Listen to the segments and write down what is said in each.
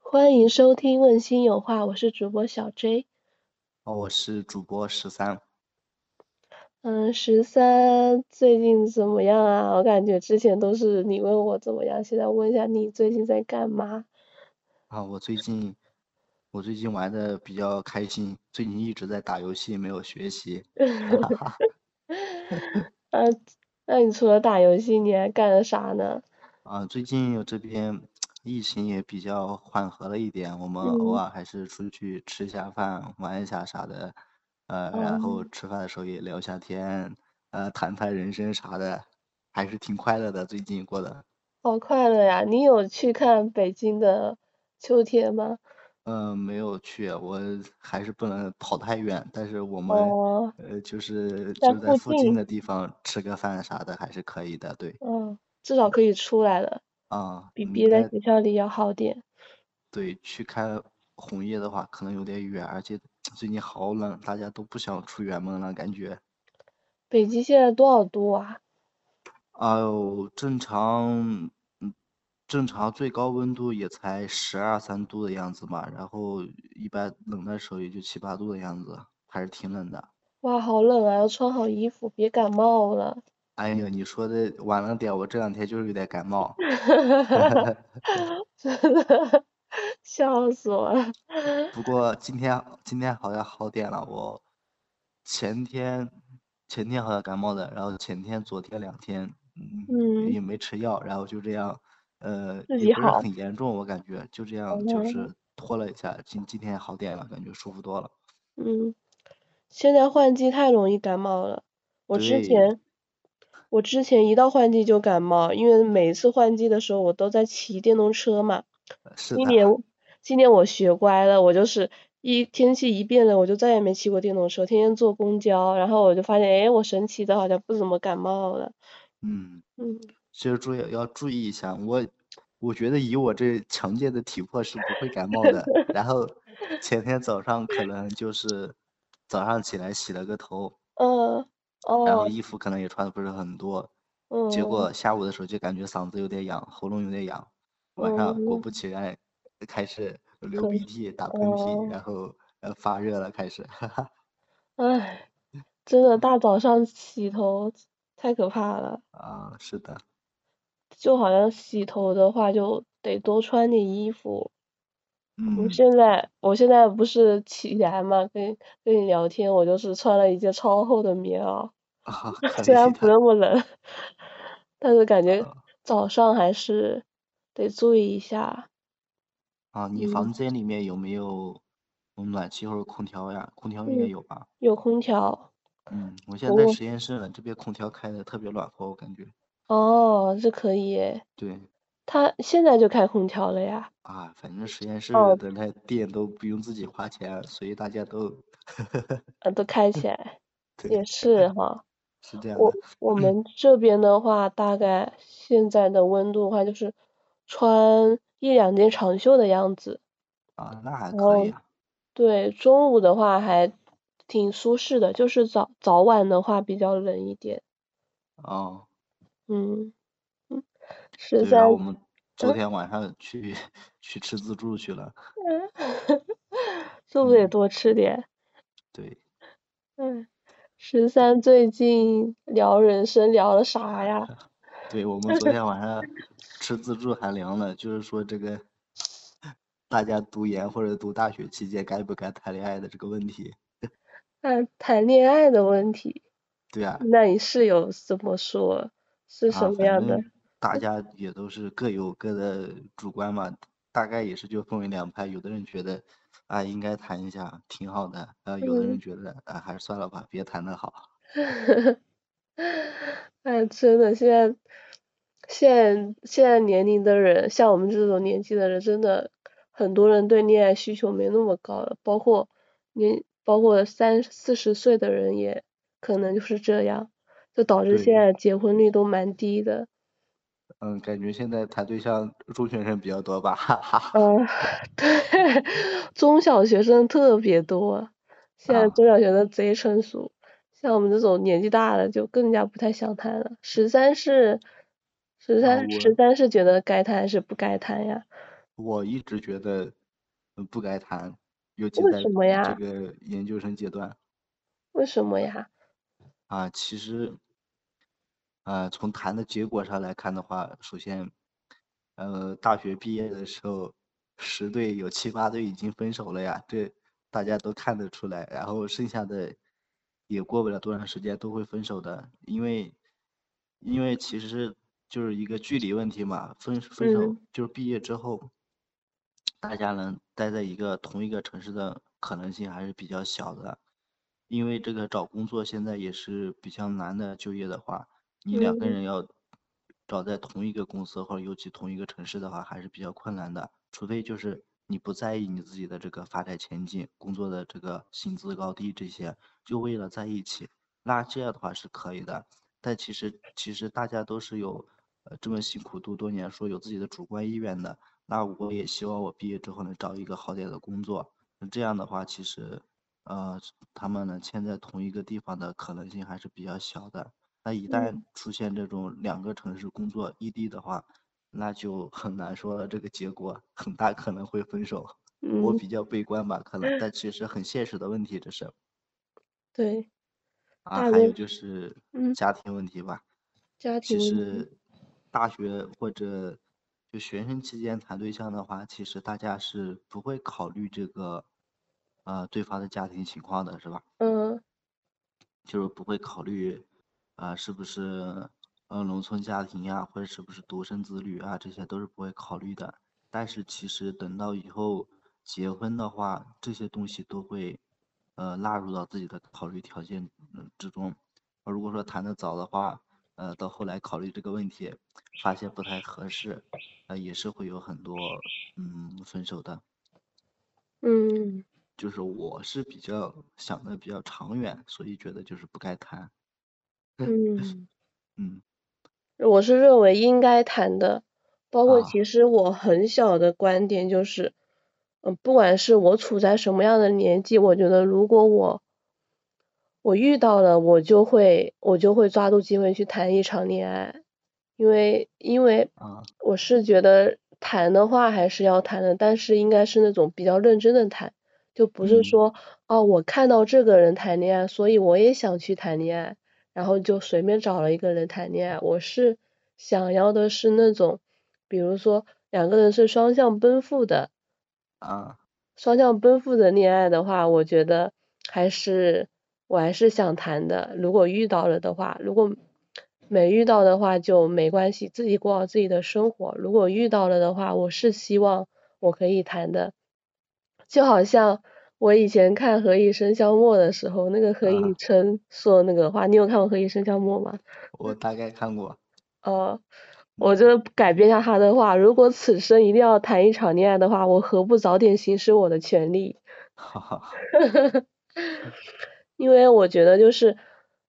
欢迎收听《问心有话》，我是主播小 J。哦，我是主播十三。嗯，十三最近怎么样啊？我感觉之前都是你问我怎么样，现在问一下你最近在干嘛？啊，我最近我最近玩的比较开心，最近一直在打游戏，没有学习。哈哈哈。啊，那你除了打游戏，你还干了啥呢？啊，最近我这边疫情也比较缓和了一点，我们偶嗯，尔还是出去吃一下饭、玩一下啥的，呃，然后哦，吃饭的时候也聊一下天，呃，谈谈人生啥的，还是挺快乐的，最近过得。好快乐呀！你有去看北京的秋天吗？嗯，没有去，我还是不能跑太远，但是我们，哦，呃，就是在就是在附附近近，的地方吃个饭啥的还是可以的，对，嗯，至少可以出来了，啊，比你憋在在，学校里要好点。对，去看红叶的话可能有点远，而且最近好冷，大家都不想出远门了，感觉。北极现在多少度啊？哎呦，正常，嗯，正常最高温度也才十二三度的样子嘛，然后一般冷的时候也就七八度的样子，还是挺冷的。哇，好冷啊！要穿好衣服，别感冒了。哎呀，你说的晚了点，我这两天就是有点感冒。真的， 笑死我了。不过今天今天好像好点了，我前天前天好像感冒的，然后前天昨天两天，嗯，嗯，也没吃药，然后就这样，呃，自也己不是好。很严重，我感觉就这样就嗯是拖了一下，今今天好点了，感觉舒服多了。嗯，现在换季太容易感冒了。我之对，前，我之前一到换季就感冒，因为每次换季的时候我都在骑电动车嘛。呃是今的，年，今年我学乖了，我就是一天气一变冷，我就再也没骑过电动车，天天坐公交，然后我就发现，哎，我神奇的好像不怎么感冒了。嗯，嗯，其实注意要注意一下，我我觉得以我这强健的体魄是不会感冒 的。然后前天早上可能就是早上起来洗了个头，呃，然后哦，衣服可能也穿的不是很多，结嗯果下午的时候就感觉嗓子有点痒，喉咙有点痒，晚上果嗯，不其然开始流可鼻惜，涕、打喷嚏，哦，然后呃发热了开始， 哈哈，唉，真的大早上洗头太可怕了，啊，是的，就好像洗头的话就得多穿点衣服。我嗯，现在我现在不是起来嘛，跟跟你聊天，我就是穿了一件超厚的棉袄，啊，可虽以然不的，那么冷， 但是感觉啊早上还是得注意一下。啊，你嗯房间里面有没有嗯暖气或者空调呀？空调应嗯，该哦有吧？有空调，嗯，我现不在在过实验室呢，这边空调开的特别暖和，我感觉，哦，这可以诶，对。他现在就开空调了呀。啊，反正实验室哦，的那电都不用自己花钱，所以大家都，呃，都开起来，也嗯对，是哈。是这样我的。我们这边的话，大概现在的温度的话，就是穿一两件长袖的样子。啊，那还然可以后，啊。对，中午的话还挺舒适的，就是早早晚的话比较冷一点。哦，嗯嗯，十对，然啊后我三，们昨嗯天晚上去 去吃自助去了。嗯，是不是得嗯，多吃点？对，嗯，十三最近聊人生聊了啥 呀？对，我们昨天晚 上吃自助还聊了，就是说这个大家读研或者读大学期间该不该谈恋爱的这个问题。那谈恋爱的问题，对啊，那你室友怎么说？是什啊，么反样的？正大家也都是各有各的主观嘛，大概也是就分为两派，有的人觉得啊应该谈一下，挺好的，呃，有的人嗯，觉得啊还是算了吧，别谈的好。哎，真的，现在现在现在年龄的人，像我们这种年纪的人，真的很多人对恋爱需求没那么高了，包括年，包括三四十岁的人也可能就是这样，就导致现对，在结婚率都蛮低的。嗯，感觉现在谈对象中学生比较多吧， 哈哈，嗯， 对，中小学生特别多，现在啊，中小学生贼成熟，像我们这种年纪大了，就更加不太想谈了。十三是，十啊，三十我三是觉得该谈还是不该谈呀？我一直觉得嗯不该谈，尤其为在什么这呀？个研究生阶段为什么呀？啊，其实。呃，从谈的结果上来看的话，首先，呃，大学毕业的时候，十对有七八对已经分手了呀，这大家都看得出来。然后剩下的也过不了多长时间都会分手的，因为因为其实就是一个距离问题嘛，分分手嗯就是毕业之后，大家能待在一个同一个城市的可能性还是比较小的，因为这个找工作现在也是比较难的，就业的话，你两个嗯人要找在同一个公司或者尤其同一个城市的话，还是比较困难的，除非就是你不在意你自己的这个发展前景、工作的这个薪资高低这些，就为了在一起，那这样的话是可以的。但其实其实大家都是有呃这么辛苦读多年，说有自己的主观意愿的。那我也希望我毕业之后能找一个好点的工作。那这样的话，其实呃他们能迁在同一个地方的可能性还是比较小的。那一旦嗯出现这种两个城市工作异地的话，那就很难说了，这个结果很大可能会分手。我嗯，比较悲观吧，可能，但其实很现实的问题，这是对，啊，大还有多就是嗯家庭问题吧。家其庭问题，实大学或者就学生期间谈对象的话，其实大家是不会考虑这个呃对方的家庭情况的，是吧？嗯就是不会考虑啊、是不是呃农村家庭呀，或者是不是独生子女啊，这些都是不会考虑的。但是其实等到以后结婚的话，这些东西都会呃纳入到自己的考虑条件嗯之中。而如果说谈得早的话，呃，到后来考虑这个问题，发现不太合适，呃，也是会有很多嗯分手的。嗯就是我是比较想的比较长远，所以觉得就是不该谈。嗯，嗯我是认为应该谈的，包括啊，其实我很小的观点就是，嗯，不管是我处在什么样的年纪，我觉得如果我我遇到了，我就会我就会抓住机会去谈一场恋爱，因为因为啊我是觉得谈的话还是要谈的，但是应该是那种比较认真的谈，就不是嗯说哦我看到这个人谈恋爱，所以我也想去谈恋爱，然后就随便找了一个人谈恋爱。我是想要的是那种，比如说两个人是双向奔赴的，啊双向奔赴的恋爱的话，我觉得还是我还是想谈的。如果遇到了的话，如果没遇到的话就没关系，自己过好自己的生活。如果遇到了的话，我是希望我可以谈的。就好像我以前看《何以笙箫默》的时候，那个何以啊，琛说那个话，你有看过《何以笙箫默》吗？我嗯大概看过。呃，我嗯就改编一下他的话，如果此生一定要谈一场恋爱的话，我何不早点行使我的权利？哈哈哈，因为我觉得就是，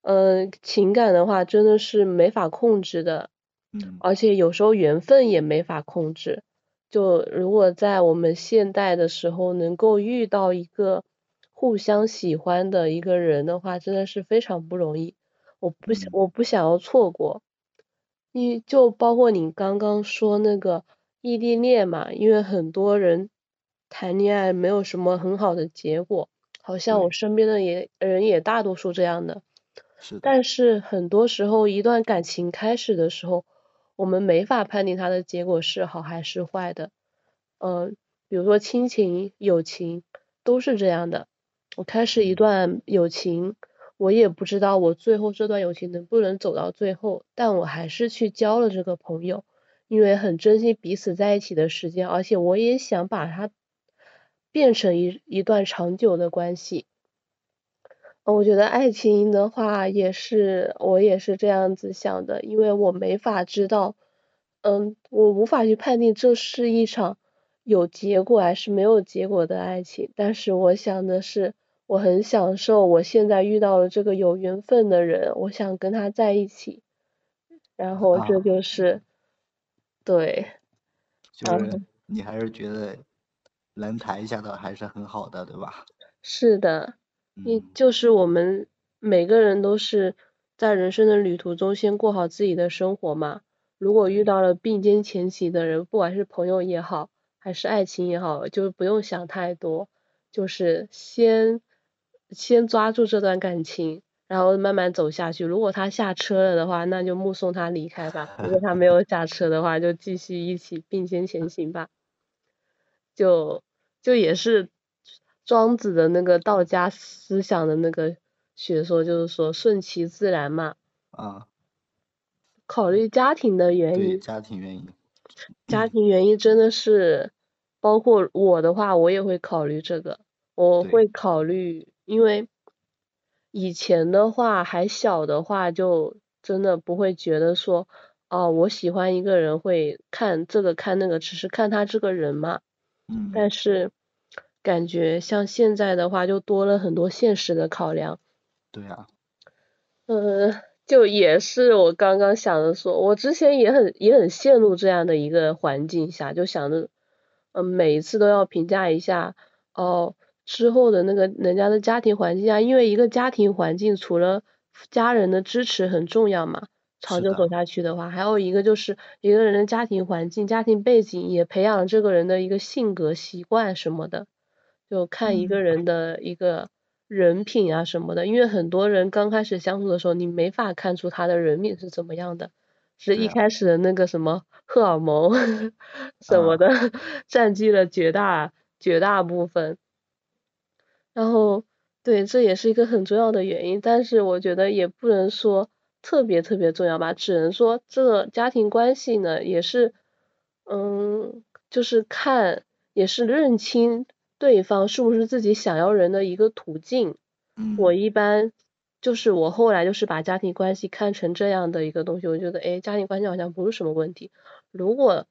嗯、情感的话真的是没法控制的，嗯而且有时候缘分也没法控制。就如果在我们现代的时候能够遇到一个互相喜欢的一个人的话，真的是非常不容易。我不想，嗯我不想要错过。你就包括你刚刚说那个异地恋嘛，因为很多人谈恋爱没有什么很好的结果，好像我对，身边的也人也大多数这样的。是的，但是很多时候，一段感情开始的时候，我们没法判定它的结果是好还是坏的。嗯、比如说亲情、友情都是这样的。我开始一嗯段友情，我也不知道我最后这段友情能不能走到最后，但我还是去交了这个朋友，因为很珍惜彼此在一起的时间，而且我也想把它变成一一段长久的关系。呃我觉得爱情的话也是，我也是这样子想的，因为我没法知道，嗯，我无法去判定这是一场有结果还是没有结果的爱情。但是我想的是，我很享受我现在遇到了这个有缘分的人，我想跟他在一起，然后这啊，就是对，就然是后你还是觉得能谈一下的还是很好的，对吧？是的，你嗯就是我们。每个人都是在人生的旅途中先过好自己的生活嘛。如果遇到了并肩前行的人，不管是朋友也好，还是爱情也好，就不用想太多，就是先先抓住这段感情，然后慢慢走下去。如果他下车了的话，那就目送他离开吧；如果他没有下车的话，就继续一起并肩前行吧。就就也是庄子的那个道家思想的那个学说，就是说顺其自然嘛。啊，考虑家庭的原对嗯因，家庭原因，家庭原因真的是，包括我的话，我也会考虑这个，我对会考虑，因为以前的话还小的话，就真的不会觉得说，哦，我喜欢一个人会看这个看那个，只是看他这个人嘛。嗯但是感觉像现在的话，就多了很多现实的考量。对啊，嗯，就也是我刚刚想的说，我之前也很也很陷入这样的一个环境下，就想着，嗯，每一次都要评价一下，哦，之后的那个人家的家庭环境啊，因为一个家庭环境除了家人的支持很重要嘛，长是久的，走下去的话，还有一个就是一个人的家庭环境、家庭背景也培养了这个人的一个性格、习惯什么的。就看一个嗯人的一个人品啊什么的，因为很多人刚开始相处的时候，你没法看出他的人品是怎么样的，是对一啊，开始的那个什么荷尔蒙 什么啊的占据了绝大绝大部分。然后，对，这也是一个很重要的原因，但是我觉得也不能说特别特别重要吧，只能说这个家庭关系呢，也是，嗯，就是看，也是认清对方是不是自己想要人的一个途径。我嗯一般就是我后来就是把家庭关系看成这样的一个东西，我觉得，诶，家庭关系好像不是什么问题。如果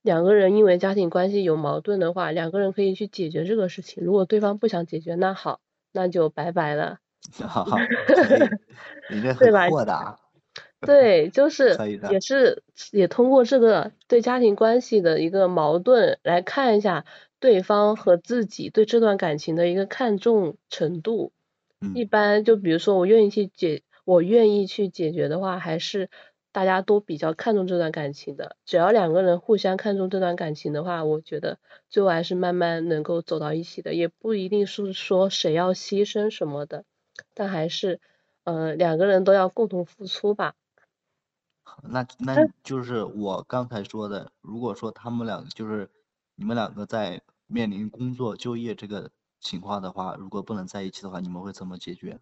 两个人因为家庭关系有矛盾的话，两个人可以去解决这个事情。如果对方不想解决，那好，那就拜拜了，嗯哈哈，可以， 你这很啊对吧？豁达， 对，就是可以的，也是也通过这个对家庭关系的一个矛盾来看一下对方和自己对这段感情的一个看重程度。一嗯般就比如说我愿意去解，我愿意去解决的话，还是大家都比较看重这段感情的。只要两个人互相看重这段感情的话，我觉得最后还是慢慢能够走到一起的，也不一定是说谁要牺牲什么的，但还是呃两个人都要共同付出吧。那那嗯就是我刚才说的，如果说他们两个就是你们两个在面临工作就业这个情况的话，如果不能在一起的话，你们会怎么解决？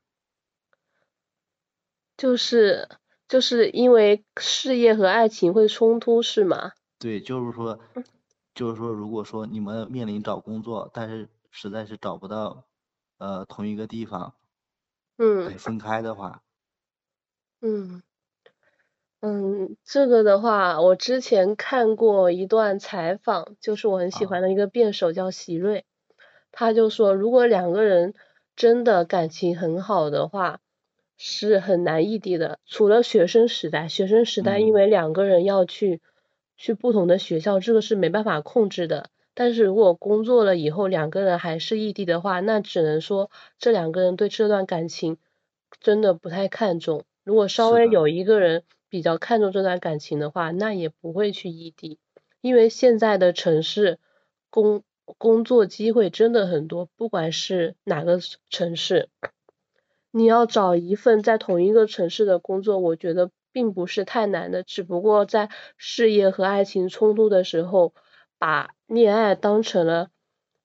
就是就是因为事业和爱情会冲突，是吗？对，就是说，嗯就是说，如果说你们面临找工作，但是实在是找不到，呃，同一个地方嗯得分开的话，嗯嗯，这个的话，我之前看过一段采访，就是我很喜欢啊，的一个辩手叫席瑞，他就说，如果两个人真的感情很好的话，是很难异地的。除了学生时代，学生时代因嗯，为两个人要去去不同的学校，这个是没办法控制的。但是如果工作了以后，两个人还是异地的话，那只能说这两个人对这段感情真的不太看重。如果稍是微的，有一个人比较看重这段感情的话，那也不会去异地，因为现在的城市工工作机会真的很多，不管是哪个城市，你要找一份在同一个城市的工作，我觉得并不是太难的，只不过在事业和爱情冲突的时候，把恋爱当成了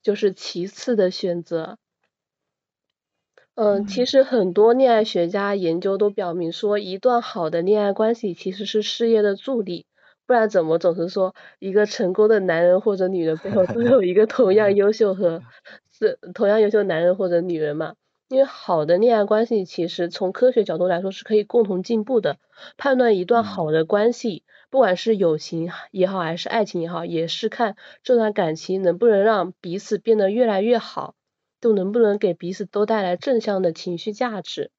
就是其次的选择。嗯，其嗯，实很多恋爱学家研究都表明说，一段好的恋爱关系其实是事业的助力，不然怎么总是说一个成功的男人或者女人背后都有一个同样优秀和是同样优秀的男人或者女人嘛？因为好的恋爱关系其实从科学角度来说是可以共同进步的，判断一段嗯，好的关系，不管是友情也好还是爱情也好，也是看这段感情能不能让彼此变得越来越好。就能不能给彼此都带来正向的情绪价值。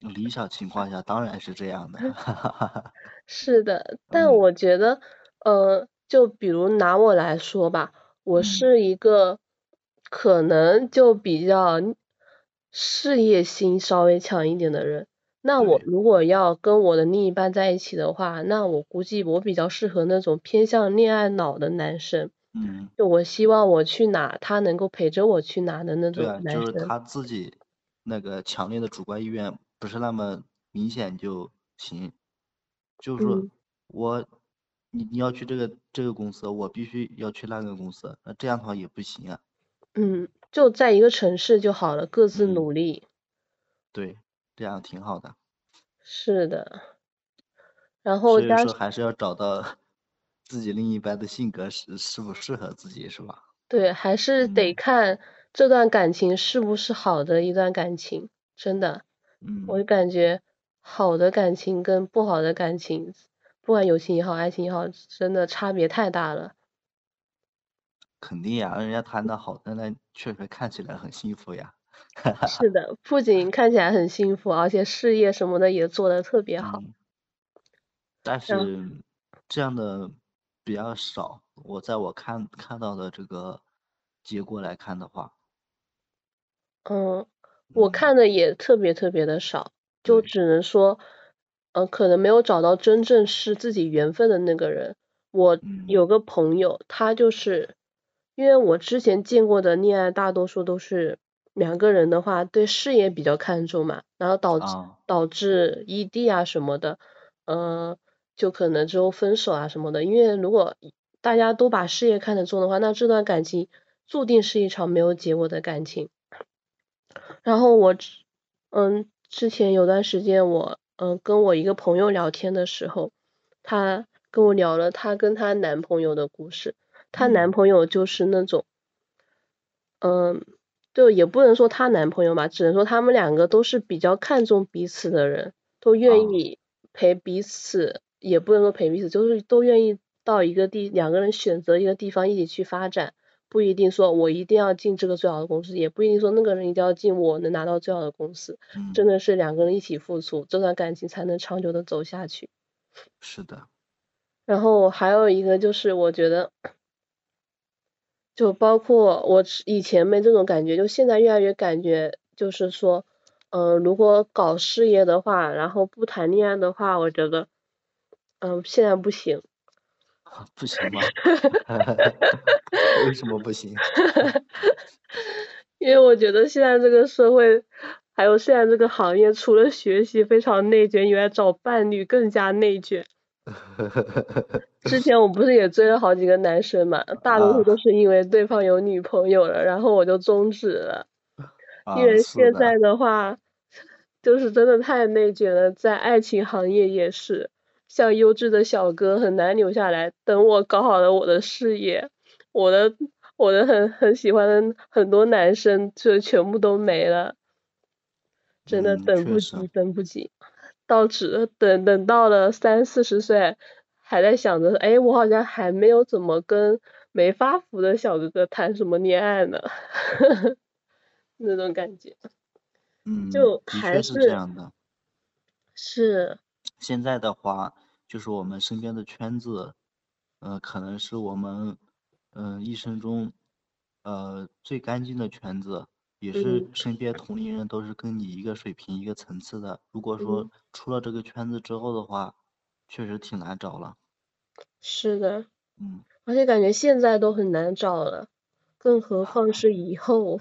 理想情况下当然是这样的，哈 哈哈哈，是的，但嗯我觉得，呃，就比如拿我来说吧，我嗯是一个可能就比较。事业心稍微强一点的人，那我对，如果要跟我的另一半在一起的话，那我估计我比较适合那种偏向恋爱脑的男生，嗯，就我希望我去哪，他能够陪着我去哪的 那对种啊，男就是生。他自己那个强烈的主观意愿不是那么明显就行，就是说嗯我你你要去这个这个公司，我必须要去那个公司，那这样的话也不行啊，嗯，就在一个城市就好了，各自嗯，努力。对，这样挺好的，是的，然后所以加说还是要找到 自己另一半的性格是适不适合自己，是吧？对，还是得嗯看这段感情是不是好的一段感情，真的。我嗯，感觉好的感情跟不好的感情，不管友情也好，爱情也好，真的差别太大 了。肯定呀，人家谈的好的那确实看起来很幸福呀，是的，不仅看起来很幸福，而且事业什么的也做得特别好。啊嗯。但然后，是这样的比较少，我在我看看到的这个结果来看的话，嗯，我嗯，看的也特别特别的少，就对，只能说，呃，可能没有找到真正是自己缘分的那个人。我嗯有个朋友，他就是，因为我之前见过的恋爱，大多数都是两个人的话，对事业比较看重嘛，然后导致啊，导致异地啊什么的，呃，就可能之后分手啊什么的。因为如果大家都把事业看得重的话，那这段感情注定是一场没有结果的感情。然后我之，嗯，之前有段时间我，嗯，跟我一个朋友聊天的时候，她跟我聊了她跟她男朋友的故事。她男嗯朋友就是那种，嗯，就也不能说她男朋友吧，只能说他们两个都是比较看重彼此的人，都愿啊，意陪彼此，也不能说陪彼此，就是都愿意到一个地，两个人选择一个地方一起去发展，不一定说我一定要进这个最好的公司，也不一定说那个人一定要进我能拿到最好的公司，真嗯，的是两个人一起付出，这段感情才能长久的走下去。嗯是的，然后还有一个就是我觉得。就包括我之以前没这种感觉，就现在越来越感觉，就是说，嗯、如果搞事业的话，然后不谈恋爱的话，我觉得，嗯、现在不行，啊不行吗？ 为什么不行？ 因为我觉得现在这个社会，还有现在这个行业，除了学习非常内卷以外，找伴侣更加内卷。之前我不是也追了好几个男生嘛，大多数都啊是因为对方有女朋友了，然后我就终止了。因啊，为是现在的，的话，就是真的太内卷了，在爱情行业也是，像优质的小哥很难留下来。等我搞好了我的事业，我的我的很很喜欢的很多男生就全部都没了，真的嗯，等确不实，及，等不及。到只等等到了三四十岁，还在想着，哎，我好像还没有怎么跟没发福的小哥哥谈什么恋爱呢， 那种感觉。嗯，就的还确是这是样的。是，现在的话，就是我们身边的圈子，呃，可能是我们，嗯、一生中，呃，最干净的圈子，也是嗯身边同龄人都是跟你一个水平、一个层次的。如果说嗯，出了这个圈子之后的话，确实挺难找了。是的， 嗯，而且感觉现在都很难找了，更何况是以后。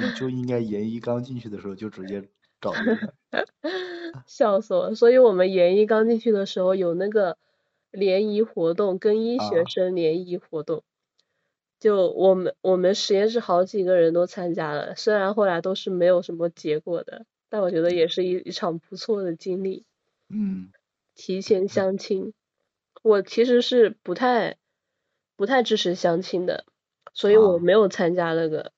你就应该研一刚进去的时候就直接找 一个。笑死我了！所以我们研一刚进去的时候有那个联谊活动，跟医学啊，生联谊活动，就我们我们实验室好几个人都参加了，虽然后来都是没有什么结果的，但我觉得也是一一场不错的经历，嗯，提前嗯相亲。我其实是不太不太支持相亲的，所以我啊，没有参加那个，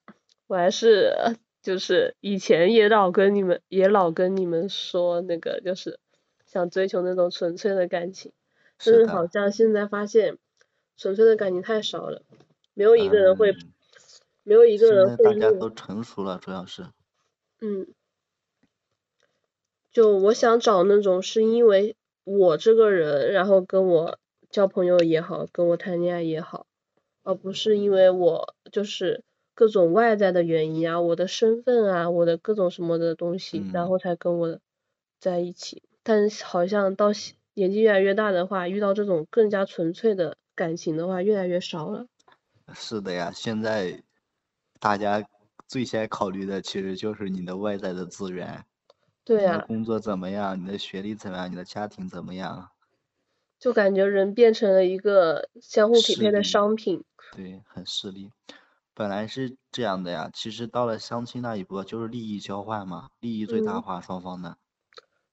我还是呃就是以前也老跟你们也老跟你们说那个，就是想追求那种纯粹的感情，但是是好的，像现在发现纯粹的感情太少了，没有一个人会嗯，没有一个现人在会大家因为都成熟了，主要是，嗯。就我想找那种是因为我这个人，然后跟我交朋友也好，跟我谈恋爱也好，而不是因为我就是各种外在的原因啊，我的身份啊，我的各种什么的东西，然嗯后才跟我在一起。但是好像到现年纪越来越大的话，遇到这种更加纯粹的感情的话，越来越少了。是的呀，现在大家最先考虑的其实就是你的外在的资源，对啊你的呀，工作怎么样，你的学历怎么样，你的家庭怎么样，就感觉人变成了一个相互匹势配的力，商品。对，很势利。本来是这样的呀，其实到了相亲那一步，就是利益交换嘛，利益最大嗯，化双方的。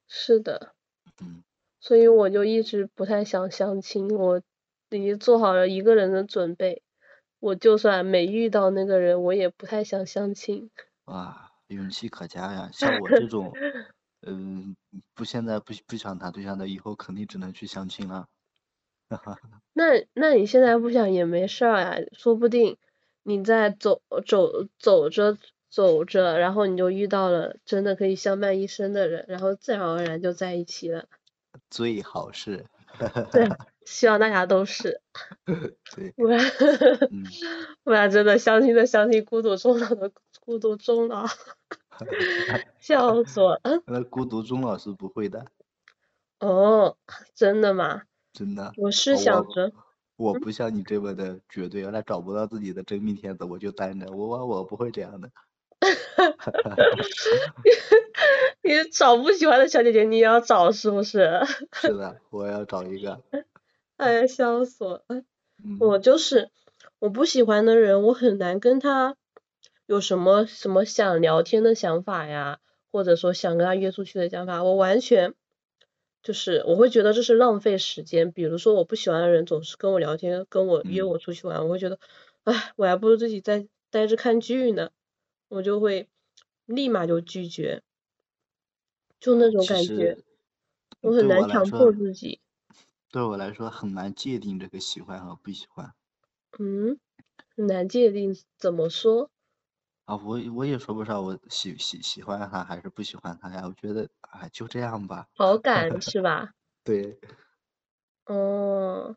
是的，嗯，所以我就一直不太想相亲，我已经做好了一个人的准备。我就算没遇到那个人，我也不太想相亲。哇，勇气可嘉呀！像我这 种，嗯，不现在不不想谈对象的，以后肯定只能去相亲了。那那你现在不想也没事儿啊，说不定你在走走走着走着，然后你就遇到了真的可以相伴一生的人，然后自然而然就在一起了。最好是，对，希望大家都是， 对， 不然嗯， 不然真的相亲的相亲，孤独终老的孤独终 老，笑死我了。那孤独终老是不会的，哦，真的吗？真的。我是呃想我着，我嗯不像你这么的绝对，那找不到自己的真命天子，我就单着。我我我不会这样的。你找不喜欢的小姐姐，你也要找是不是？ 是的，我要找一个，哎呀，笑死我了。 我嗯，就是我不喜欢的人，我很难跟他有什么什么想聊天的想法呀，或者说想跟他约出去的想法，我完全就是我会觉得这是浪费时间。比如说我不喜欢的人总是跟我聊天，跟我约嗯，我出去玩，我会觉得，哎，我还不如自己在待着看剧呢，我就会立马就拒绝，就那种啊其感觉，实我很对难我来强迫说，自己。对我来说很难界定这个喜欢和不喜欢嗯，很难界定怎么说。啊，我也我也说不上我喜喜喜欢他还是不喜欢他呀，我觉得啊就这样吧，好感是吧？对哦，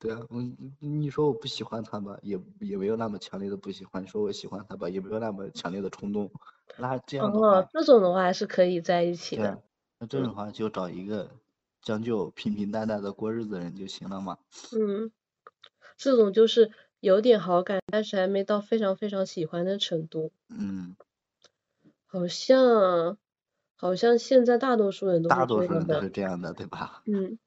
对啊，嗯，你说我不喜欢他吧，也也没有那么强烈的不喜欢；说我喜欢他吧，也没有那么强烈的冲动。那这样的哦，话，这种的话还是可以在一起对的。啊，那这种嗯的话就找一个将就平平淡淡的过日子的人就行了嘛。嗯，这种就是有点好感，但是还没到非常非常喜欢的程度。嗯，好像，好像现在大多数人都大是多这数样人都的。是这样的，对吧？ 嗯，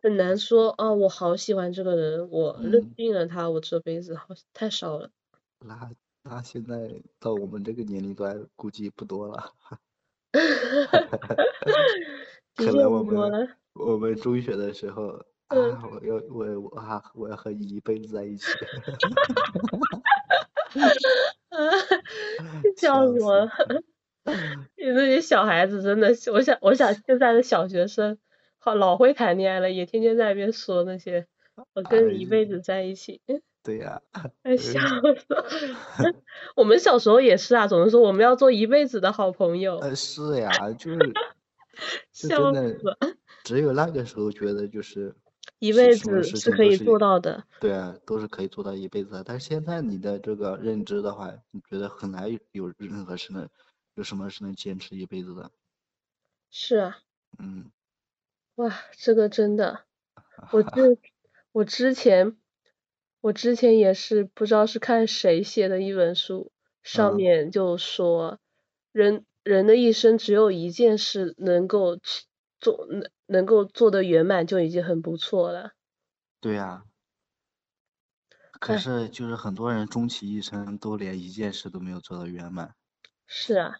很难说啊，我好喜欢这个人，我认嗯，定了他，我这辈子好太少了。那那现在到我们这个年龄段估计不多了，的可确能我不多们了。我们中学的时候嗯，啊，我要我我啊，我要和你一辈子在一起，啊，笑死笑我死！了。 你这些小孩子真的是，我想，我想现在的小学生，好老会谈恋爱了，也天天在那边说那些，我哎，跟你一辈子在一起， 对呀、哎，笑嗯，死我了。 我们小时候也是啊，总是说我们要做一辈子的好朋友，呃，是呀， 就是就真笑的，死了，只有那个时候觉得就是一是辈什么子事是情可都以做是，到的。对啊，都是可以做到一辈子的。但是现在你的这个认知的话，你觉得很难有任何是能有什么是能坚持一辈子的？是啊，嗯，哇，这个真的，我之我之前我之前也是不知道是看谁写的一本书，上嗯，面就说人人的一生只有一件事能够去做能能够做得圆满就已经很不错了。对呀。可哎，是就是很多人终其一生都连一件事都没有做到圆满。是啊，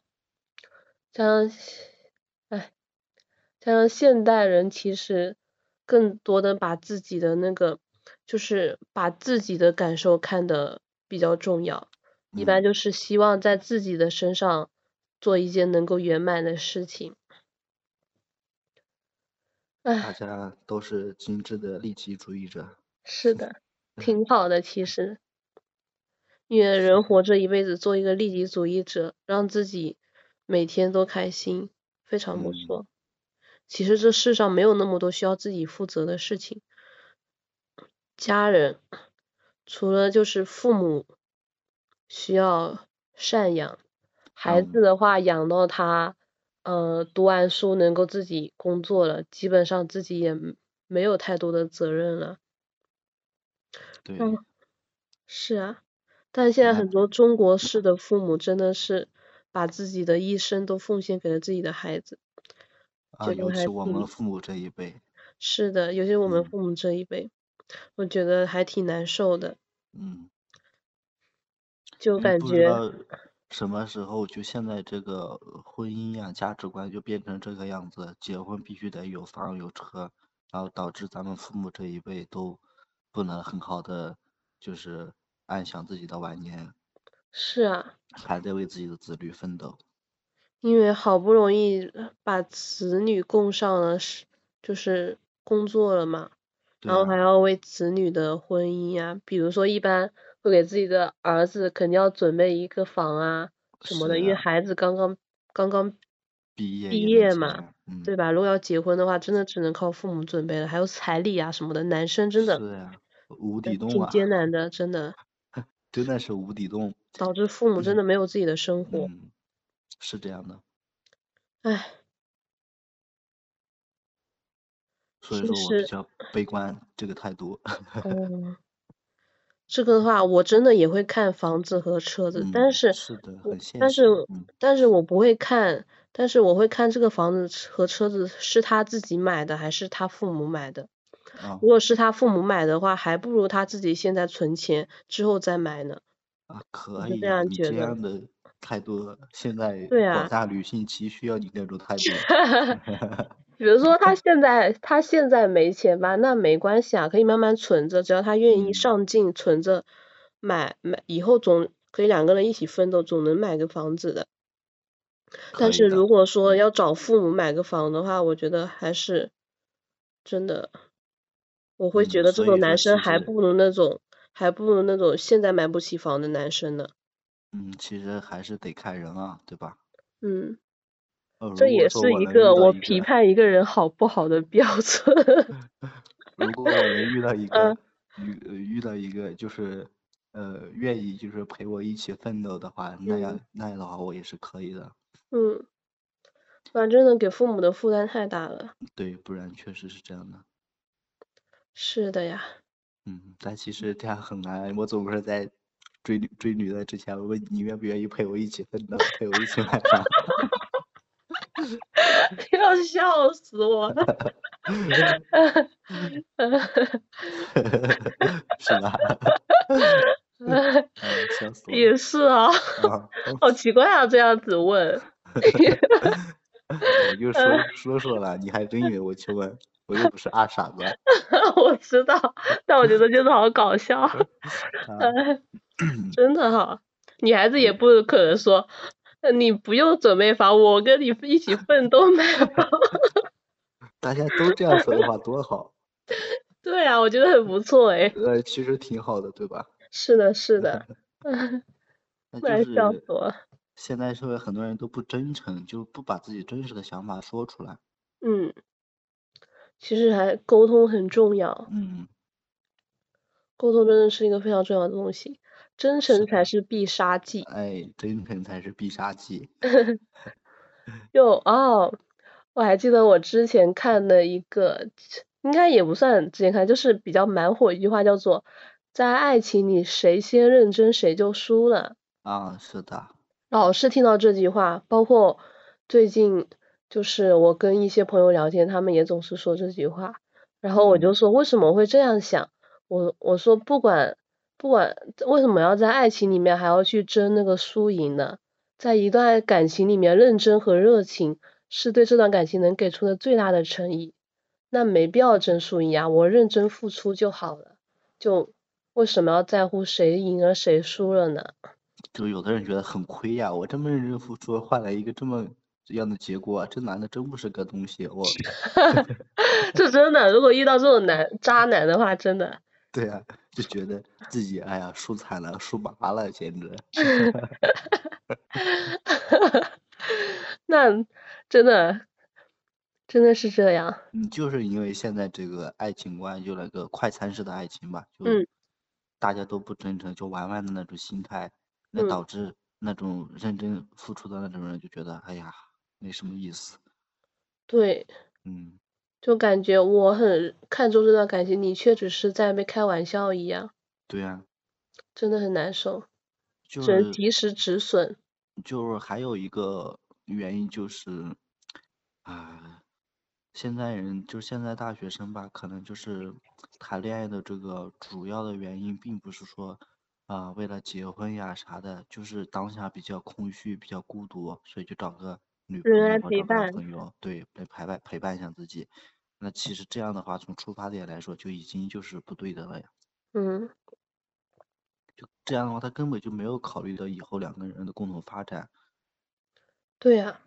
加上哎加上现代人其实更多的把自己的那个，就是把自己的感受看得比较重要，一般嗯，就是希望在自己的身上做一件能够圆满的事情。大唉，家都是精致的利己主义者。是的，嗯挺好的其实，因为人活着一辈子，做一个利己主义者，让自己每天都开心，非常不嗯，错。其实这世上没有那么多需要自己负责的事情，家人除了就是父母。需要赡养，孩子嗯的话养到他，呃，读完书能够自己工作了，基本上自己也没有太多的责任了。对，嗯，是啊，但现在那很多中国式的父母真的是把自己的一生都奉献给了自己的孩子，啊，觉得尤还其我们挺，父母这一辈，是的，尤其我们嗯父母这一辈，我觉得还挺难受的，嗯，就因为感嗯不知觉，道什么时候，就现在这个婚姻呀、价值观就变成这个样子，结婚必须得有房有车，然后导致咱们父母这一辈都不能很好的就是安享自己的晚年，是啊。还得为自己的子女奋斗。因为好不容易呃把子女供上了是，就是工作了嘛，然对啊后还呀、要为子女的婚姻呀、比如说一般会给自己的儿子肯定要准备一个房啊什么是的，因为呀、孩子刚刚刚刚毕业毕也没业几嘛，年，嗯，对吧？如果要结婚的话，真的只能靠父母准备了，还有彩礼啊什么的，男生真的是呀、无呃底洞挺艰啊，难的，真的真的是无底洞，导致父母真的没有自己的生活，嗯，是这样的。唉，所以其说我比实，较悲观这个态度。嗯。这个的话，我真的也会看房子和车子，但嗯，是是的，我很现但是实。嗯，但是我不会看，但是我会看这个房子和车子是他自己买的还是他父母买的。啊如果是他父母买的话，还不如他自己现在存钱之后再买呢，啊，我可是以这呀、样你觉这得。样的态度，现在对广啊，大女性急需要你那种态度。 比如说他现在他现在没钱吧，那没关系啊，可以慢慢存着，只要他愿意嗯，上进存着，买买以后总可以两个人一起奋斗，总能买个房子的。但可以是的。如果说嗯，要找父母买个房的话，我觉得还是真的，我会觉嗯，得这所种以男说生其还实，不如那种，还不如那种现在买不起房的男生呢。嗯，其实还是得看人啊，对吧？嗯，呃，这如果也说是我一能遇个到我一评个，判一个人好不好的 标准。如果我能遇到一个嗯遇呃遇到一个就是呃愿意就是陪我一起奋斗的话，那样嗯那样的话我也是可以的。嗯，反正呢，给父母的负担太大了。对，不然确实是这样的。是的呀， 嗯，但其实这样很难。我总是在追女追女的之前问你愿不愿意陪我一起奋斗，陪我一起买房。要笑死我了。是吧？ 啊，笑死我了！也是啊， 啊， 好奇怪啊，这样子问。 我就说嗯说说了，你还真以为我去问？我又不是二傻子我知道，但我觉得就是好搞笑，嗯啊。真的哈。女孩子也嗯，不可能说，呃你不用准备房，我跟你一起奋斗买房。 大家都这样说的话多好，对啊，我觉得很不错诶。呃，其实挺好的，对吧？是的，是的，那就那笑是死我了。现在社会很多人都不真诚，就不把自己真实的想法说出来。嗯，其实还沟通很重要，嗯，沟通真的是一个非常重要的东西，真是诚才的，是必杀技。哎，真诚才是必杀技。就哦，我还记得我之前看的一个，应该也不算之前看，就是比较蛮火一句话叫做“在爱情里谁先认真谁就输了”。啊，是的，老是听到这句话，包括最近就是我跟一些朋友聊天，他们也总是说这句话。然后我嗯，就说为什么会这样想？我我说不管不管为什么要在爱情里面还要去争那个输赢呢？在一段感情里面，认真和热情是对这段感情能给出的最大的诚意。那没必要争输赢啊，我认真付出就好了。就为什么要在乎谁赢了谁输了呢？就有的人觉得很亏呀，我这么认真付出，换来一个这么这样的结果，这男的真不是个东西。我， 这真的，如果遇到这种男渣男的话，真的，对呀，就觉得自己哎呀输惨了，输麻了，简直。那真的真的是这样。嗯，就是因为现在这个爱情观，就那个快餐式的爱情吧，就嗯，大家都不真诚，就玩玩的那种心态，那嗯导致那种认真付出的那种人就觉得，哎呀，没什么意思。对，嗯，就感觉我很看重这段感情，你却只是在那边开玩笑一样，对呀，真的很难受，就只能是及时止损。就是还有一个原因就是，啊，现在人就是现在大学生吧，可能就是谈恋爱的这个主要的原因，并不是说啊为了结婚呀啥的，就是当下比较空虚、比较孤独，所以就找个女人来朋友或陪找个男伴，朋友，对，来陪伴陪伴一下自己。那其实这样的话，从出发点来说，就已经就是不对的了呀。嗯，这样的话，他根本就没有考虑到以后两个人的共同发展。对啊呀、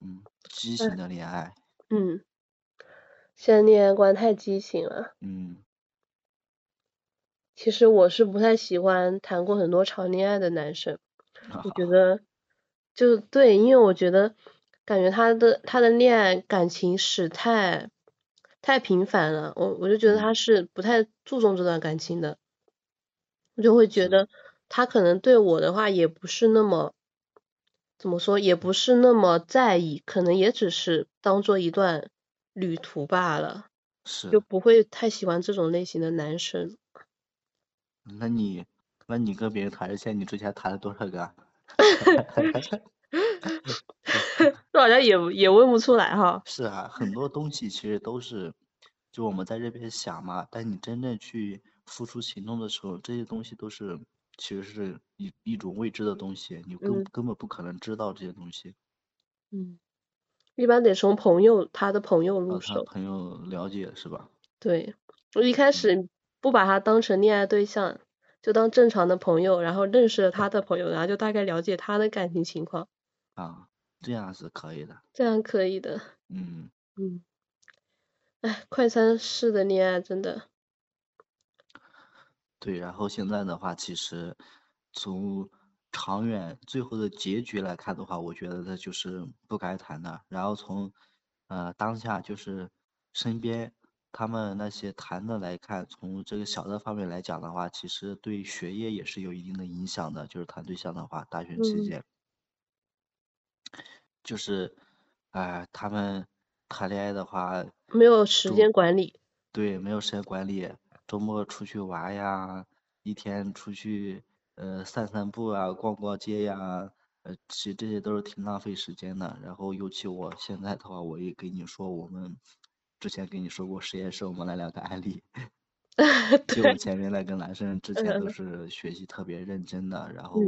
嗯，畸唉形的恋爱，嗯，现在恋爱观太畸形了。嗯其实我是不太喜欢谈过很多场恋爱的男生，我觉得就对，因为我觉得感觉他的他的恋爱感情史太太频繁了，我我就觉得嗯，他是不太注重这段感情的，我就会觉是，，得他可能对我的话也不是那么怎么说，也不是那么在意，可能也只是当做一段旅途罢了，就是不会太喜欢这种类型的男生。那你，那你跟别人谈一下，你之前谈了多少个啊？这好像也也问不出来哈。是啊，很多东西其实都是，就我们在这边想嘛，但你真正去付出行动的时候，这些东西都是其实是一一种未知的东西，你根嗯根本不可能知道这些东西，嗯，一般得从朋友他的朋友然入后他手。朋友了解是吧？对，我一开嗯，始不把他当成恋爱对象，就当正常的朋友，然后认识了他的朋友，然后就大概了解他的感情情况，啊，这样是可以的，这样可以的。嗯，嗯，哎，快餐式的恋爱真的，对，然后现在的话，其实从长远最后的结局来看的话，我觉得这就是不该谈的。然后从呃当下就是身边他们那些谈的来看，从这个小的方面来讲的话，其实对学业也是有一定的影响的。就是谈对象的话，大学期嗯间就是，哎、他们谈恋爱的话，没有时周间管理。对，没有时间管理，周末出去玩呀，一天出去呃散散步啊，逛逛街呀，呃，其实这些都是挺浪费时间的。然后，尤其我现在的话，我也给你说，我们之前给你说过实验室我们那两个案例，就我 对，前面那个男生之前都嗯是学习特别认真的，然嗯后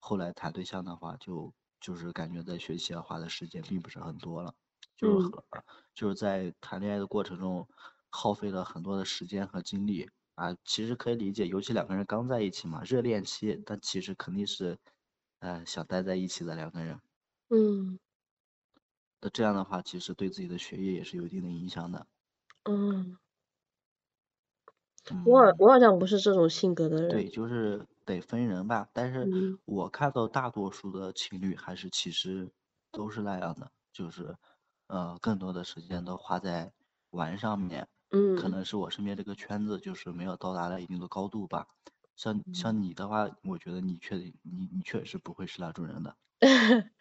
后来谈对象的话就，就是感觉在学习上花的时间并不是很多了，就是嗯，和就是在谈恋爱的过程中耗费了很多的时间和精力啊，其实可以理解，尤其两个人刚在一起嘛，热恋期，但其实肯定是，呃，想待在一起的两个人，嗯那这样的话，其实对自己的学业也是有一定的影响的，嗯，我好嗯。我好像不是这种性格的人。对，就是得分人吧。但是嗯我看到大多数的情侣还是其实都是那样的，就是呃，更多的时间都花在玩上面。可嗯能是我身边这个圈子就是没有到达了一定的高度吧。像嗯。像你的话，我觉得你确你你确实不会是那种人的。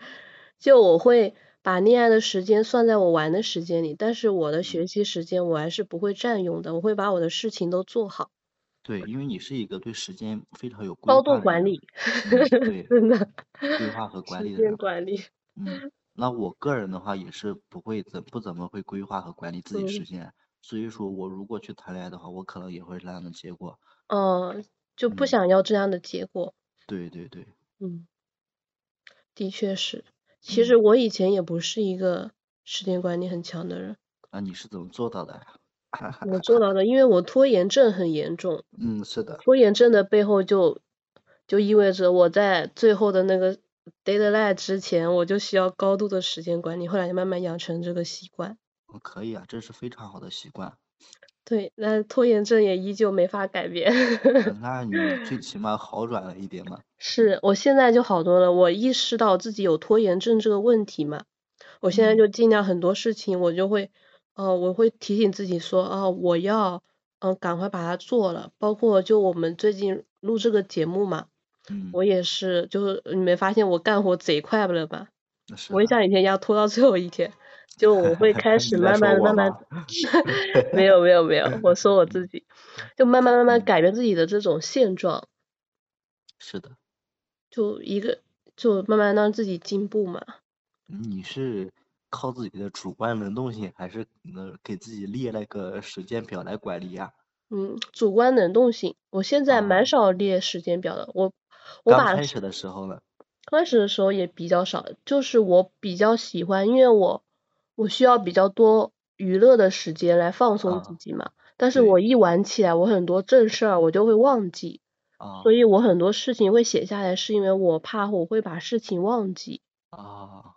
就我会把恋爱的时间算在我玩的时间里，但是我的嗯，学习时间我还是不会占用的，我会把我的事情都做好， 对，因为你是一个对时间非常有规高度划的管人。理，嗯，对，真的， 规划和管时理的间人。管理，嗯，那我个人的话也是不会怎不怎么会规划和管理自己时嗯，间，所以说我如果去谈恋爱的话，我可能也会是那样的结果。哦，就不嗯，想要这样的结果，对对对，嗯，的确是。其实嗯，我以前也不是一个时间管理很强的人，那你是怎么做到的呀？我做到的，因为我拖延症很严重，嗯，是的，拖延症的背后就就意味着我在最后的那个 deadline 之前，我就需要高度的时间管理。后来就慢慢养成这个习惯。嗯可以啊，这是非常好的 习惯。对，那拖延症也依旧没法改变。 呃那你最起码好转了一点嘛。是我现在就好多了，我意识到自己有拖延症这个问题嘛，我现在嗯就尽量很多事情，我就会，呃，我会提醒自己说，啊，我呃要，嗯、赶快把它做了。包括就我们最近录这个节目嘛。嗯，我也是，就是你没发现我干活贼快了吗？那是我也的，像以前一样拖到最后一天，就我会开始 你在慢慢的、说我慢慢吗？的， 没有没有没有，我说我自嗯 己，就慢慢慢慢嗯，改变自己的这种现状，是的，就一个就慢慢让自己进步嘛。嗯你是靠自己的主观能动性，还是呃给自己列了个时间表来管理呀？嗯，主观能动性，我现在蛮哦，少列时间表的，我我刚把开时始的时候呢，开始的时候也比较少，就是我比较喜欢，因为我我需要比较多娱乐的时间来放松自啊，己嘛。但是我对，一玩起来，我很多正事儿我就会忘记，所啊以我很多事情会写下来，是因为我怕我会把事情忘记。啊，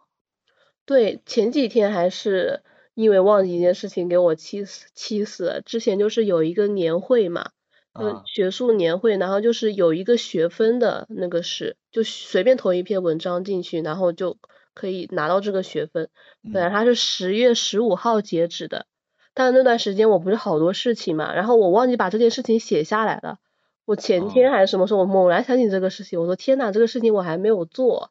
对，前几天还是因为忘记一件事情给我气死气死了。之前就是有一个年会嘛，呃，啊，学术年会，然后就是有一个学分的那个是，就随便投一篇文章进去，然后就可以拿到这个学分。本来嗯，它是十月十五号截止的，但那段时间我不是好多事情嘛，然后我忘记把这件事情写下来了。我前天哦，还是什么时候，我猛然想起这个事情，我说天呐，这个事情我还没有做。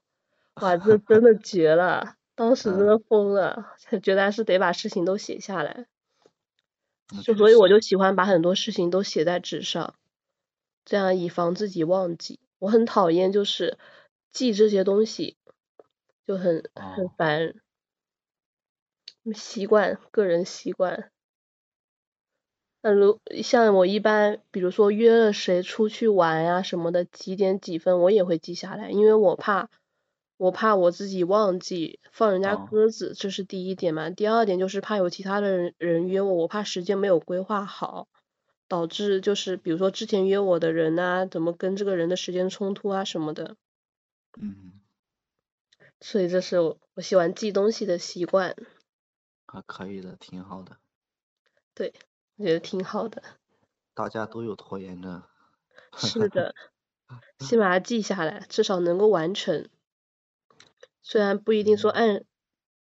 哇，这真的绝了！当时真嗯，的疯了， 觉得还是得把事情都写下来。那就嗯确所以我就实，喜欢把很多事情都写在纸上，这样以防自己忘记。我很讨厌就是记这些东西，就很很哦，烦，嗯习惯，个人习惯。那如像我一般，比如说约了谁出去玩呀、什么的，几点几分我也会记下来，因为我怕，我怕我自己忘记放人家哦，鸽子，这是第一点嘛。第二点就是怕有其他的人人约我，我怕时间没有规划好，导致就是比如说之前约我的人呐、怎么跟这个人的时间冲突啊什么的。嗯，所以这是我我喜欢记东西的习惯，还可以的，挺好的，对，我觉得挺好的。大家都有拖延症，是的，先把它记下来，至少能够完成。虽然不一定说嗯，按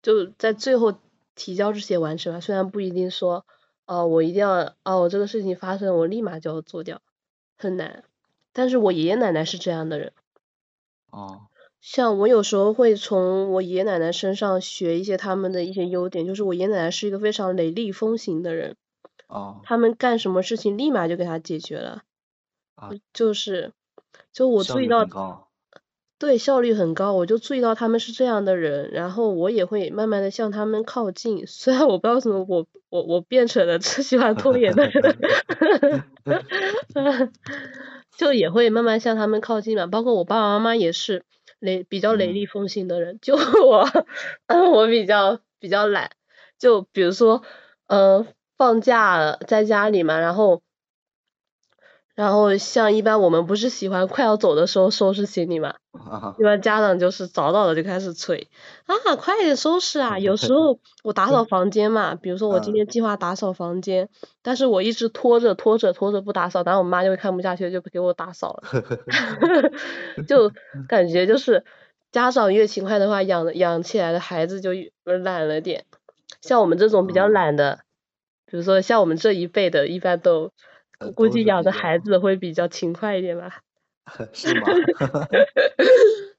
就在最后提交之前完成吧，虽然不一定说哦、我一定要哦、我这个事情发生我立马就要做掉，很难。但是我爷爷奶奶是这样的人，哦，像我有时候会从我爷爷奶奶身上学一些他们的一些优点，就是我爷爷奶奶是一个非常雷厉风行的人，哦，他们干什么事情立马就给他解决了，啊，就是就我效注意率到很高，对，效率很高，我就注意到他们是这样的人，然后我也会慢慢的向他们靠近。虽然我不知道为什么我我我变成了 只喜欢拖延的人， 就也会慢慢向他们靠近嘛。包括我爸爸妈妈也是雷比较雷厉嗯，风行的人，就我 我比较比较懒，就比如说呃放假了在家里嘛，然后。然后像一般我们不是喜欢快要走的时候收拾行李嘛， 一啊，般家长就是早早的就开始催啊，快点收拾啊！有时候我打扫房间嘛，比如说我今嗯，天计划打扫房间，但是我一直拖着拖着拖着不打扫，然后我妈就会看不下去，就给我打扫了， 就感觉就是家长越勤快的话，养养起来的孩子就越呃懒了点。像我们这种比较哦，懒的，比如说像我们这一辈的，一般都呃，估估都计是养比的较，孩子会比较勤快一点吧。是吗？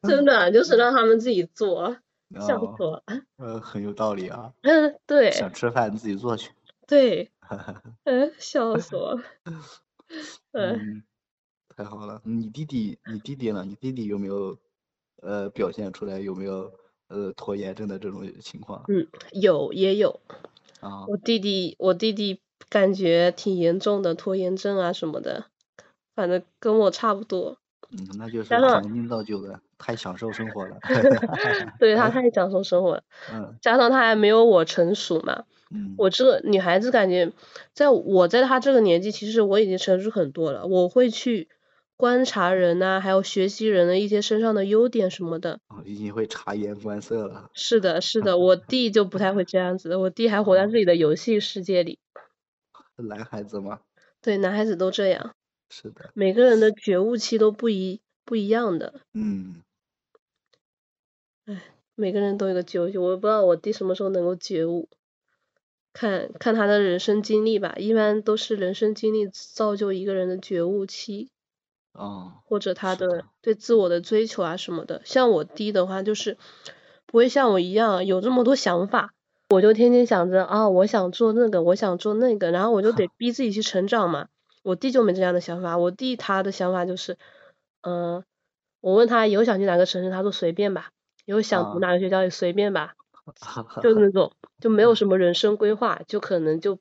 真的啊就是让他们自己做， 笑死哦，我了。 呃，很有道理啊，嗯，对想吃饭自己做去， 对，嗯，笑死我了。嗯，嗯。太好了，你弟弟，你弟弟呢？你弟弟有没有呃表现出来有没有呃拖延症的这种情况嗯，有也有，啊？我弟弟我弟弟感觉挺严重的，拖延症啊什么的，反正跟我差不 多。嗯，那就是加上，环境造就的，太享受生 活了。对哦他太享受生活了，嗯加上他还没有我成熟嘛。嗯我这个女孩子感觉，在我在她这个年纪，其实我已经成熟很多了。我会去观察人呐、还有学习人的一些身上的优点什么的。哦，已经会察言观色了 是的，是的，我弟就不太会这样子，我弟还活在啊，自己的游戏世界里。男孩子嘛，对，男孩子都这样，是的，每个人的觉悟期都不一不一样的，嗯，每个人都有个觉悟期。我不知道我弟什么时候能够觉悟，看看他的人生经历吧。一般都是人生经历造就一个人的觉悟期。 嗯，或者他是的的，对自我的追求啊什么的。像我弟的话，就是不会像我一样有这么多想法，我就天天想着啊，我想做那个，我想做那个，然后我就 得逼自己去成长嘛。我弟就没这样的想法，我弟他的想法就是，嗯、我问他以后想去哪个城市，他说随便吧，以后想读啊，哪个学校也随便 吧，哈哈就哈，那种就没有嗯什么人生规划，就可能就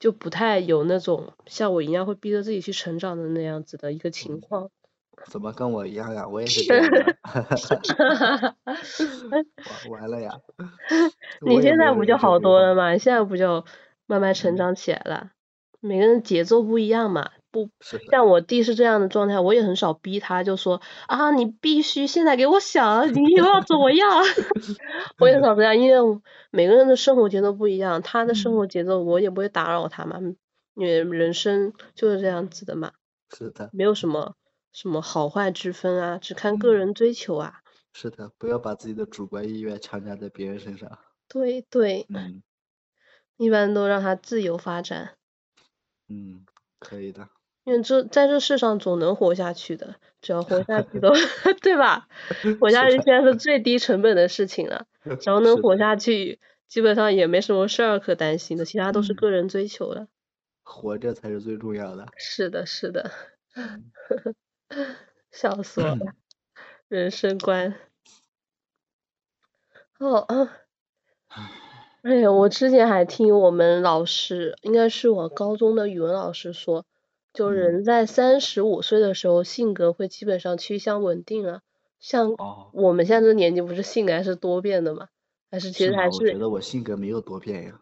就不太有那种像我一样会逼着自己去成长的那样子的一个情嗯，况。 怎么跟我一样呀？我也是这样的，完完了呀， 你我也现没在有不就人生好规多了划，吗？你现在不就慢慢成嗯，长起来了？每个人节奏不一样嘛，不是的，像我弟是这样的状态，我也很少逼他，就说啊，你必须现在给我想，你又要怎么样？ 我也很少这样，因为我每个人的生活节奏不一样，他的生嗯，活节奏我也不会打扰他嘛，因为人生就是这样子的嘛，是的，没有什么什么好坏之分啊，只看个嗯，人追求啊。是的，不要把自己的主观意愿强加在别人身上，对对，嗯一般都让他自由发展。嗯，可以的，因为这在这世上总能活下去的，只要活下 去都，对吧？活是下去的，现在是最低成本的事情了，只要能是活的，下去，基本上也没什么事儿可担心的，其他都是嗯，个人追求了。活着才是最重要的，是的，是的，嗯 笑死我了，人生观。哦，啊哎呀，我之前还听我们老师，应该是我高中的语文老师说，就嗯，人在三十五岁的时候，性格会基本上趋向稳定了。像哦，我们现在这年纪，不是性格还是多变的嘛？还是其是实还吗？我觉是，得我性格没有多变呀，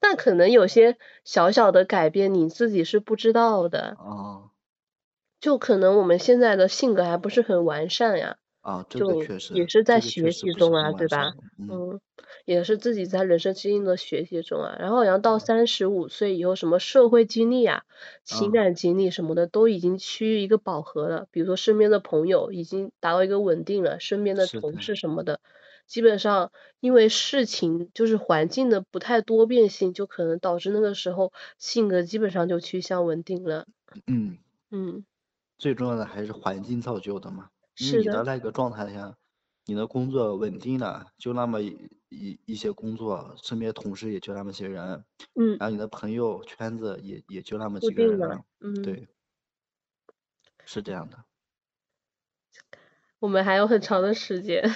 那可能有些小小的改变你自己是不知道的，哦，就可能我们现在的性格还不是很完善呀，啊，这个就确也实，是在这个学确实习不是中很啊，对完善，吧？嗯，嗯，也是自己在人生经历的学习中啊，然后然后到嗯三十五岁以后，什么社会经历啊、情啊，感经历什么的，都已经趋于一个饱和了。比如说身边的朋友已经达到一个稳定了，身边的是同的，事什么的，基本上因为事情就是环境的不太多变性，就可能导致那个时候性格基本上就趋向稳定了。嗯。嗯，最重要的还是环境造就的嘛，因为是你的的，那个状态下，你的工作稳定了，就那么一一一些工作，身边同事也就那么些人，嗯，然后你的朋友圈子也也就那么固几个定人了，了，嗯。对，是这样的，我们还有很长的时间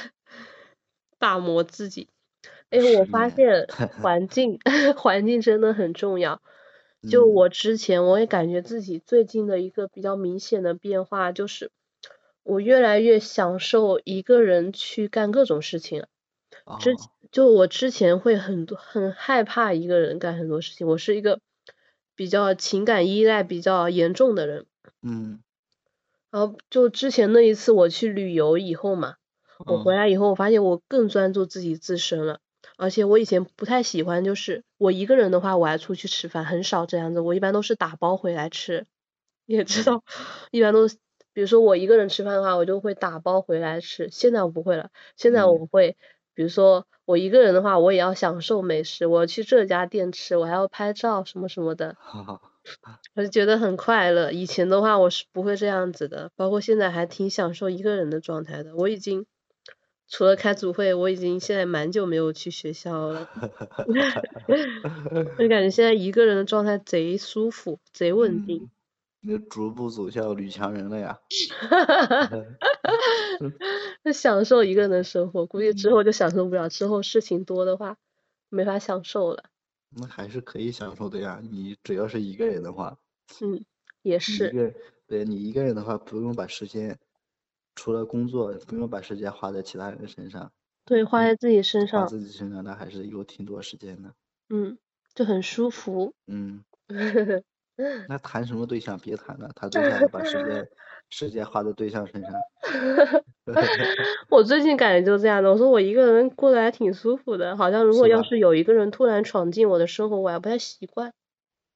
打磨自己。哎，我十发年，现环境 环境真的很重要。就嗯我之前，我也感觉自己最近的一个比较明显的变化，就是我越来越享受一个人去干各种事情了。之哦，就我之前会很多很害怕一个人干很多事情，我是一个比较情感依赖比较严重的人。嗯然后就之前那一次我去旅游以后嘛，我回嗯 来以后，我发现我更专注自己自身了。而且我以前不太喜欢，就是我一个人的话，我还出去吃饭，很少这样子。我一般都是打包回来吃，你也知嗯，道，一般都是，比如说我一个人吃饭的话，我就会打包回来吃。现在我不会了，现在嗯我会，比如说我一个人的话，我也要享受美食，我去这家店吃，我还要拍照什么什么的。哈哈，我就觉得很快乐。以前的话，我是不会这样子的，包括现在还挺享受一个人的状态的。我已经除了开组会，我已经现在蛮久没有去学校 了，我就感觉现在一个人的状态贼舒服，贼稳定。嗯，你逐步走向女强人了 呀，就享受一个人的生活，估计之嗯，后就享受不了。之后事情多的话，没法享受了。那还是可以享受的呀，你只要是一个人的话。嗯，也你一是，个人，对，你一个人的话，不用把时间，除了工作，不用把时间花在其他人身上，对，花你在自己身花上，自己身上，那还是有挺多时间的。嗯，就很舒 服。嗯，嗯那谈什么对象？别谈了， 谈对象要把时间，时间花在对象身上。 我最近感觉就这样的，我说我一个人过得还挺舒服的，好像如果是要吧？是有一个人突然闯进我的生活，我还不太习惯。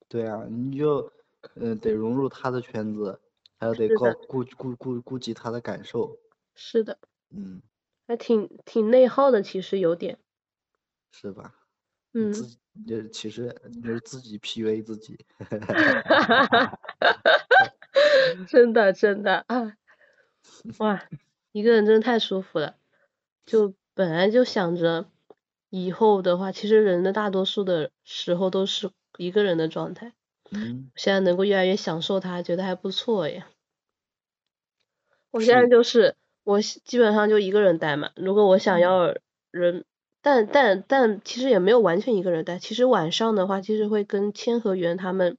对啊，你就，嗯、得融入他的圈子，还要得是顾的，顾顾顾顾及他的感受。是的，嗯，还挺挺内耗的，其实有点，是吧？你自嗯， 己，就是其实你就是自己 PUA 自己。真的真的啊，哇，一个人真的太舒服了。就本来就想着以后的话，其实人的大多数的时候都是一个人的状态。嗯，现在能够越来越享受它，觉得还不错耶。我现是在就是我是基本上就一个人待嘛，如果我想嗯要人，但但但其实也没有完全一个人待。其实晚上的话，其实会跟千和园他们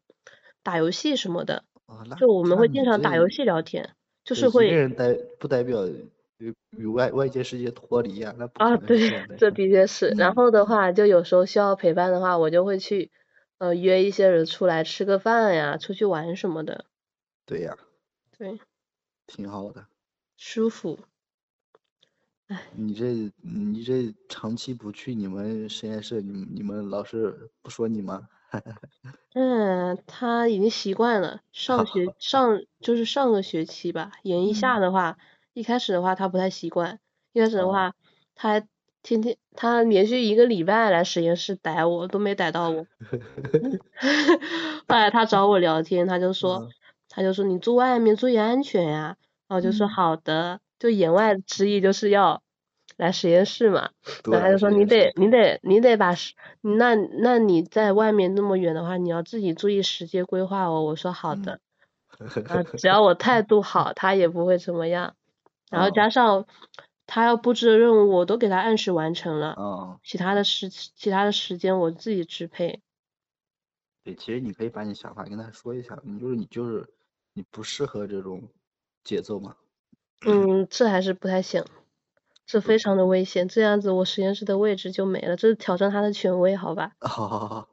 打游戏什么的，啊，那就我们那会经你常打游这戏聊天，就对是一个会人待不代表呃与外外界世界脱离啊，那不啊，可能是对，这样的这呀。的确是。然嗯后的话，就有时候需要陪伴的话，我就会去呃约一些人出来吃个饭呀，出去玩什么的，对呀，对，挺好的。舒服。唉，你这你这长期不去你们实验室，你你们老师不说你吗？嗯，他已经习惯了。上学上就是上个学期吧，研一下嗯，的话，一开始的话他不太习惯，一开始的哦，话他还天天他连续一个礼拜来实验室逮我，都没逮到 我。 后来他找我聊天，他就说，嗯他就说你住外面注意安全呀、然后我就说嗯，好的，就言外之意就是要来实验室嘛。然对，后他来就说实你验得室，你得你得把时，那那你在外面那么远的话，你要自己注意时间规划哦。我说好嗯，的， 然后只要我态度好，他也不会怎么样。然后哦加上他要布置的任务，我都给他按时完成了，哦，其他的时其他的时间我自己支 配。对，其实你可以把你想法跟他说一下，你就是你就是你不适合这种节奏嘛， 嗯，这还是不太行，这不，非常的危险。这样子，我实验室的位置就没了，这是挑战他的权威，好吧？哦，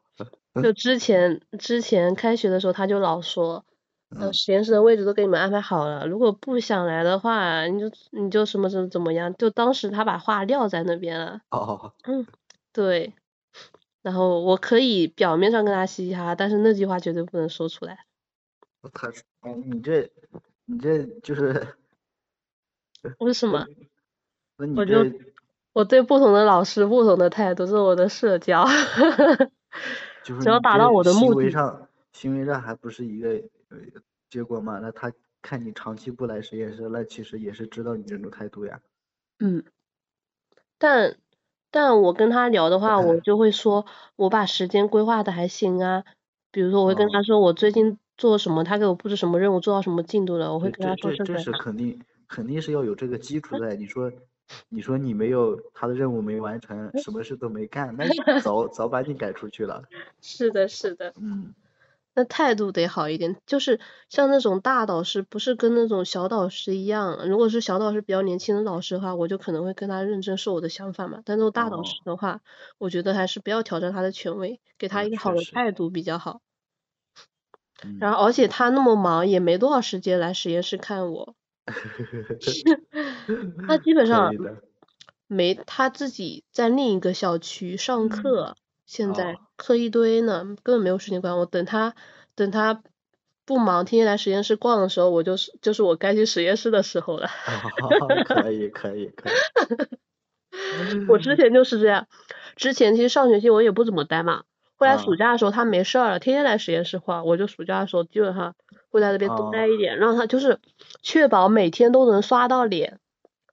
就之前之前开学的时候，他就老说，呃，嗯，实验室的位置都给你们安排好了，如果不想来的话，你就你就什么什么怎么样。就当时他把话撂在那边了，哦，嗯，对。然后我可以表面上跟他嘻嘻哈哈，但是那句话绝对不能说出来。他说，哎你这你这就是为什那么？你那你我就这我对不同的老师不同的态度，这是我的社交， 就是只要你达到这我的行目为的，上，行为上还不是一个呃结果嘛？那他看你长期不来实验室，那其实也是知道你这种态度呀。嗯，但但我跟他聊的话，嗯我就会说，我把时间规划的还行啊，比如说我会跟他哦，说我最近做什么，他给我布置什么任务，做到什么进度了，我会对，跟这他说啊这这这个是那，肯定，肯定是要有这个基嗯础在。你说，你说你没有他的任务没完成，什么事都没干，那 早早把你赶出去了。是的，是的。嗯，那态度得好一点，就是像那种大导师，不是跟那种小导师一样。如果是小导师比较年轻的老师的话，我就可能会跟他认真说我的想法嘛。但这种大导师哦，的话，我觉得还是不要挑战他的权威，给他那一个好确的实，态度比较好。然嗯，后，而且他那么忙，也没多少时间来实验室看我。他基本嗯可上以的，没他自己在另一个校区上嗯，课，现在哦，课一堆呢，根本没有时间管我。等他等他不忙，天天来实验室逛的时候，我就是就是我该去实验室的时候了。哦，可以， 可以，可以， 我嗯之前就是这样，之前其实上学期我也不怎么待嘛，后来暑啊假的时候他没事儿了，天天来实验室晃，我就暑假的时候基本上会在那边多待啊一点，让他就是确保每天都能刷到脸。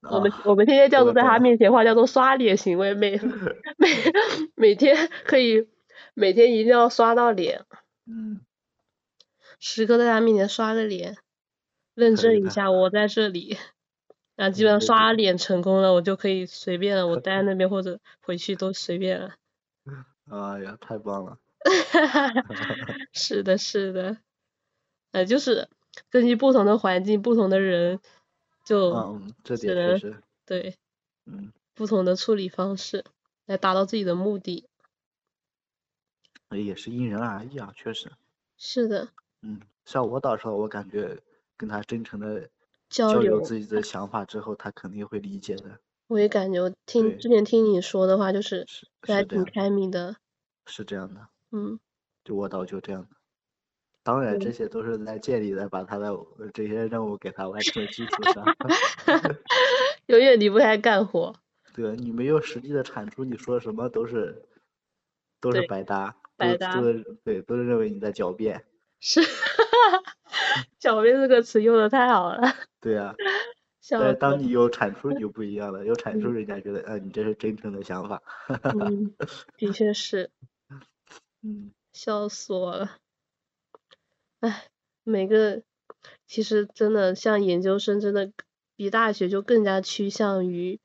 我们我啊，们天天叫做我在他懂。面前话叫做刷脸行为， 每每每天可以每天一定要刷到脸，嗯，时刻在他面前刷个脸，认可以证一的，嗯下我在这里。啊，基本上你这这，刷脸成功了，我就可以随便了，我待在那边或者回去都随便了。哎呀，太棒了，是的，是的，呃，就是根据不同的环境、不同的人，就嗯，这只点确能实，对嗯，不同的处理方式来达到自己的目的。哎也是因人而异啊，确实，是的，嗯，像我到时候我感觉跟他真诚的交交流流。自己的想法之后，他肯定会理解的，我也感觉我听对，之前听你说的话，就是是这还是这挺样的，开明的，是这样的，嗯，就我导就这样的。当然，这嗯，些都是在建立在把他的呃这些任务给他完成的基础 上。永远离不开干活，对，你没有实际的产出，你说什么都是都是对，白搭，都百都搭是对，都是认为你在狡辩。是 狡辩这个词用的太好了。对 呀、笑但是死当你有产出，你就不一样了。有产出，嗯人家觉得，啊，你这是真诚的想法。嗯，的确是，嗯，笑死我了。唉，每个其实真的像研究生，真的比大学就更加趋向于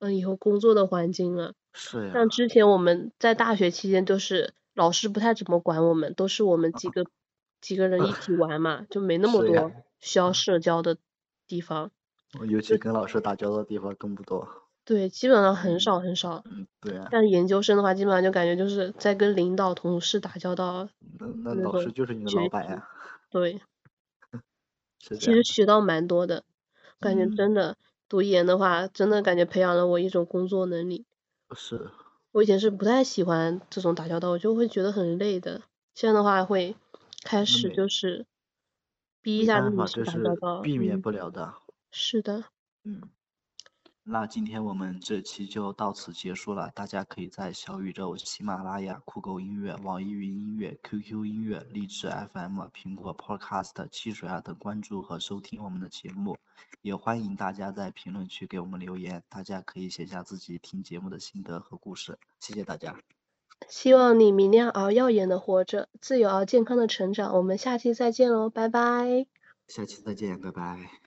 嗯以后工作的环境了。是呀、像之前我们在大学期间，就是老师不太怎么管我们，都是我们几个几个人一起玩嘛，就没那么是呀多需要社交的地方。尤其跟老师打交道的地方更不多。对，基本上很嗯少很少。嗯，对呀、但研究生的话，基本上就感觉就是在跟领导、同事打交道，那那那老种师就是你的学老板习呀、对，是其这实样的。学到蛮多的，感觉嗯，真的读研的话，真的感觉培养了我一种工作能力。是，我以前是不太喜欢这种打交道，我就会觉得很累的。现在的话会开那始没就是逼一没下自办己法，去这打交是道。避免嗯，不了的。是的，嗯，那今天我们这期就到此结束了。大家可以在小宇宙、喜马拉雅、酷狗音乐、网易云音乐、QQ 音乐、荔枝 FM、苹果 Podcast、汽水啊等关注和收听我们的节目，也欢迎大家在评论区给我们留言。大家可以写下自己听节目的心得和故事。谢谢大家，希望你明亮而耀眼的活着，自由而健康的成长。我们下期再见喽，拜拜。下期再见，拜拜。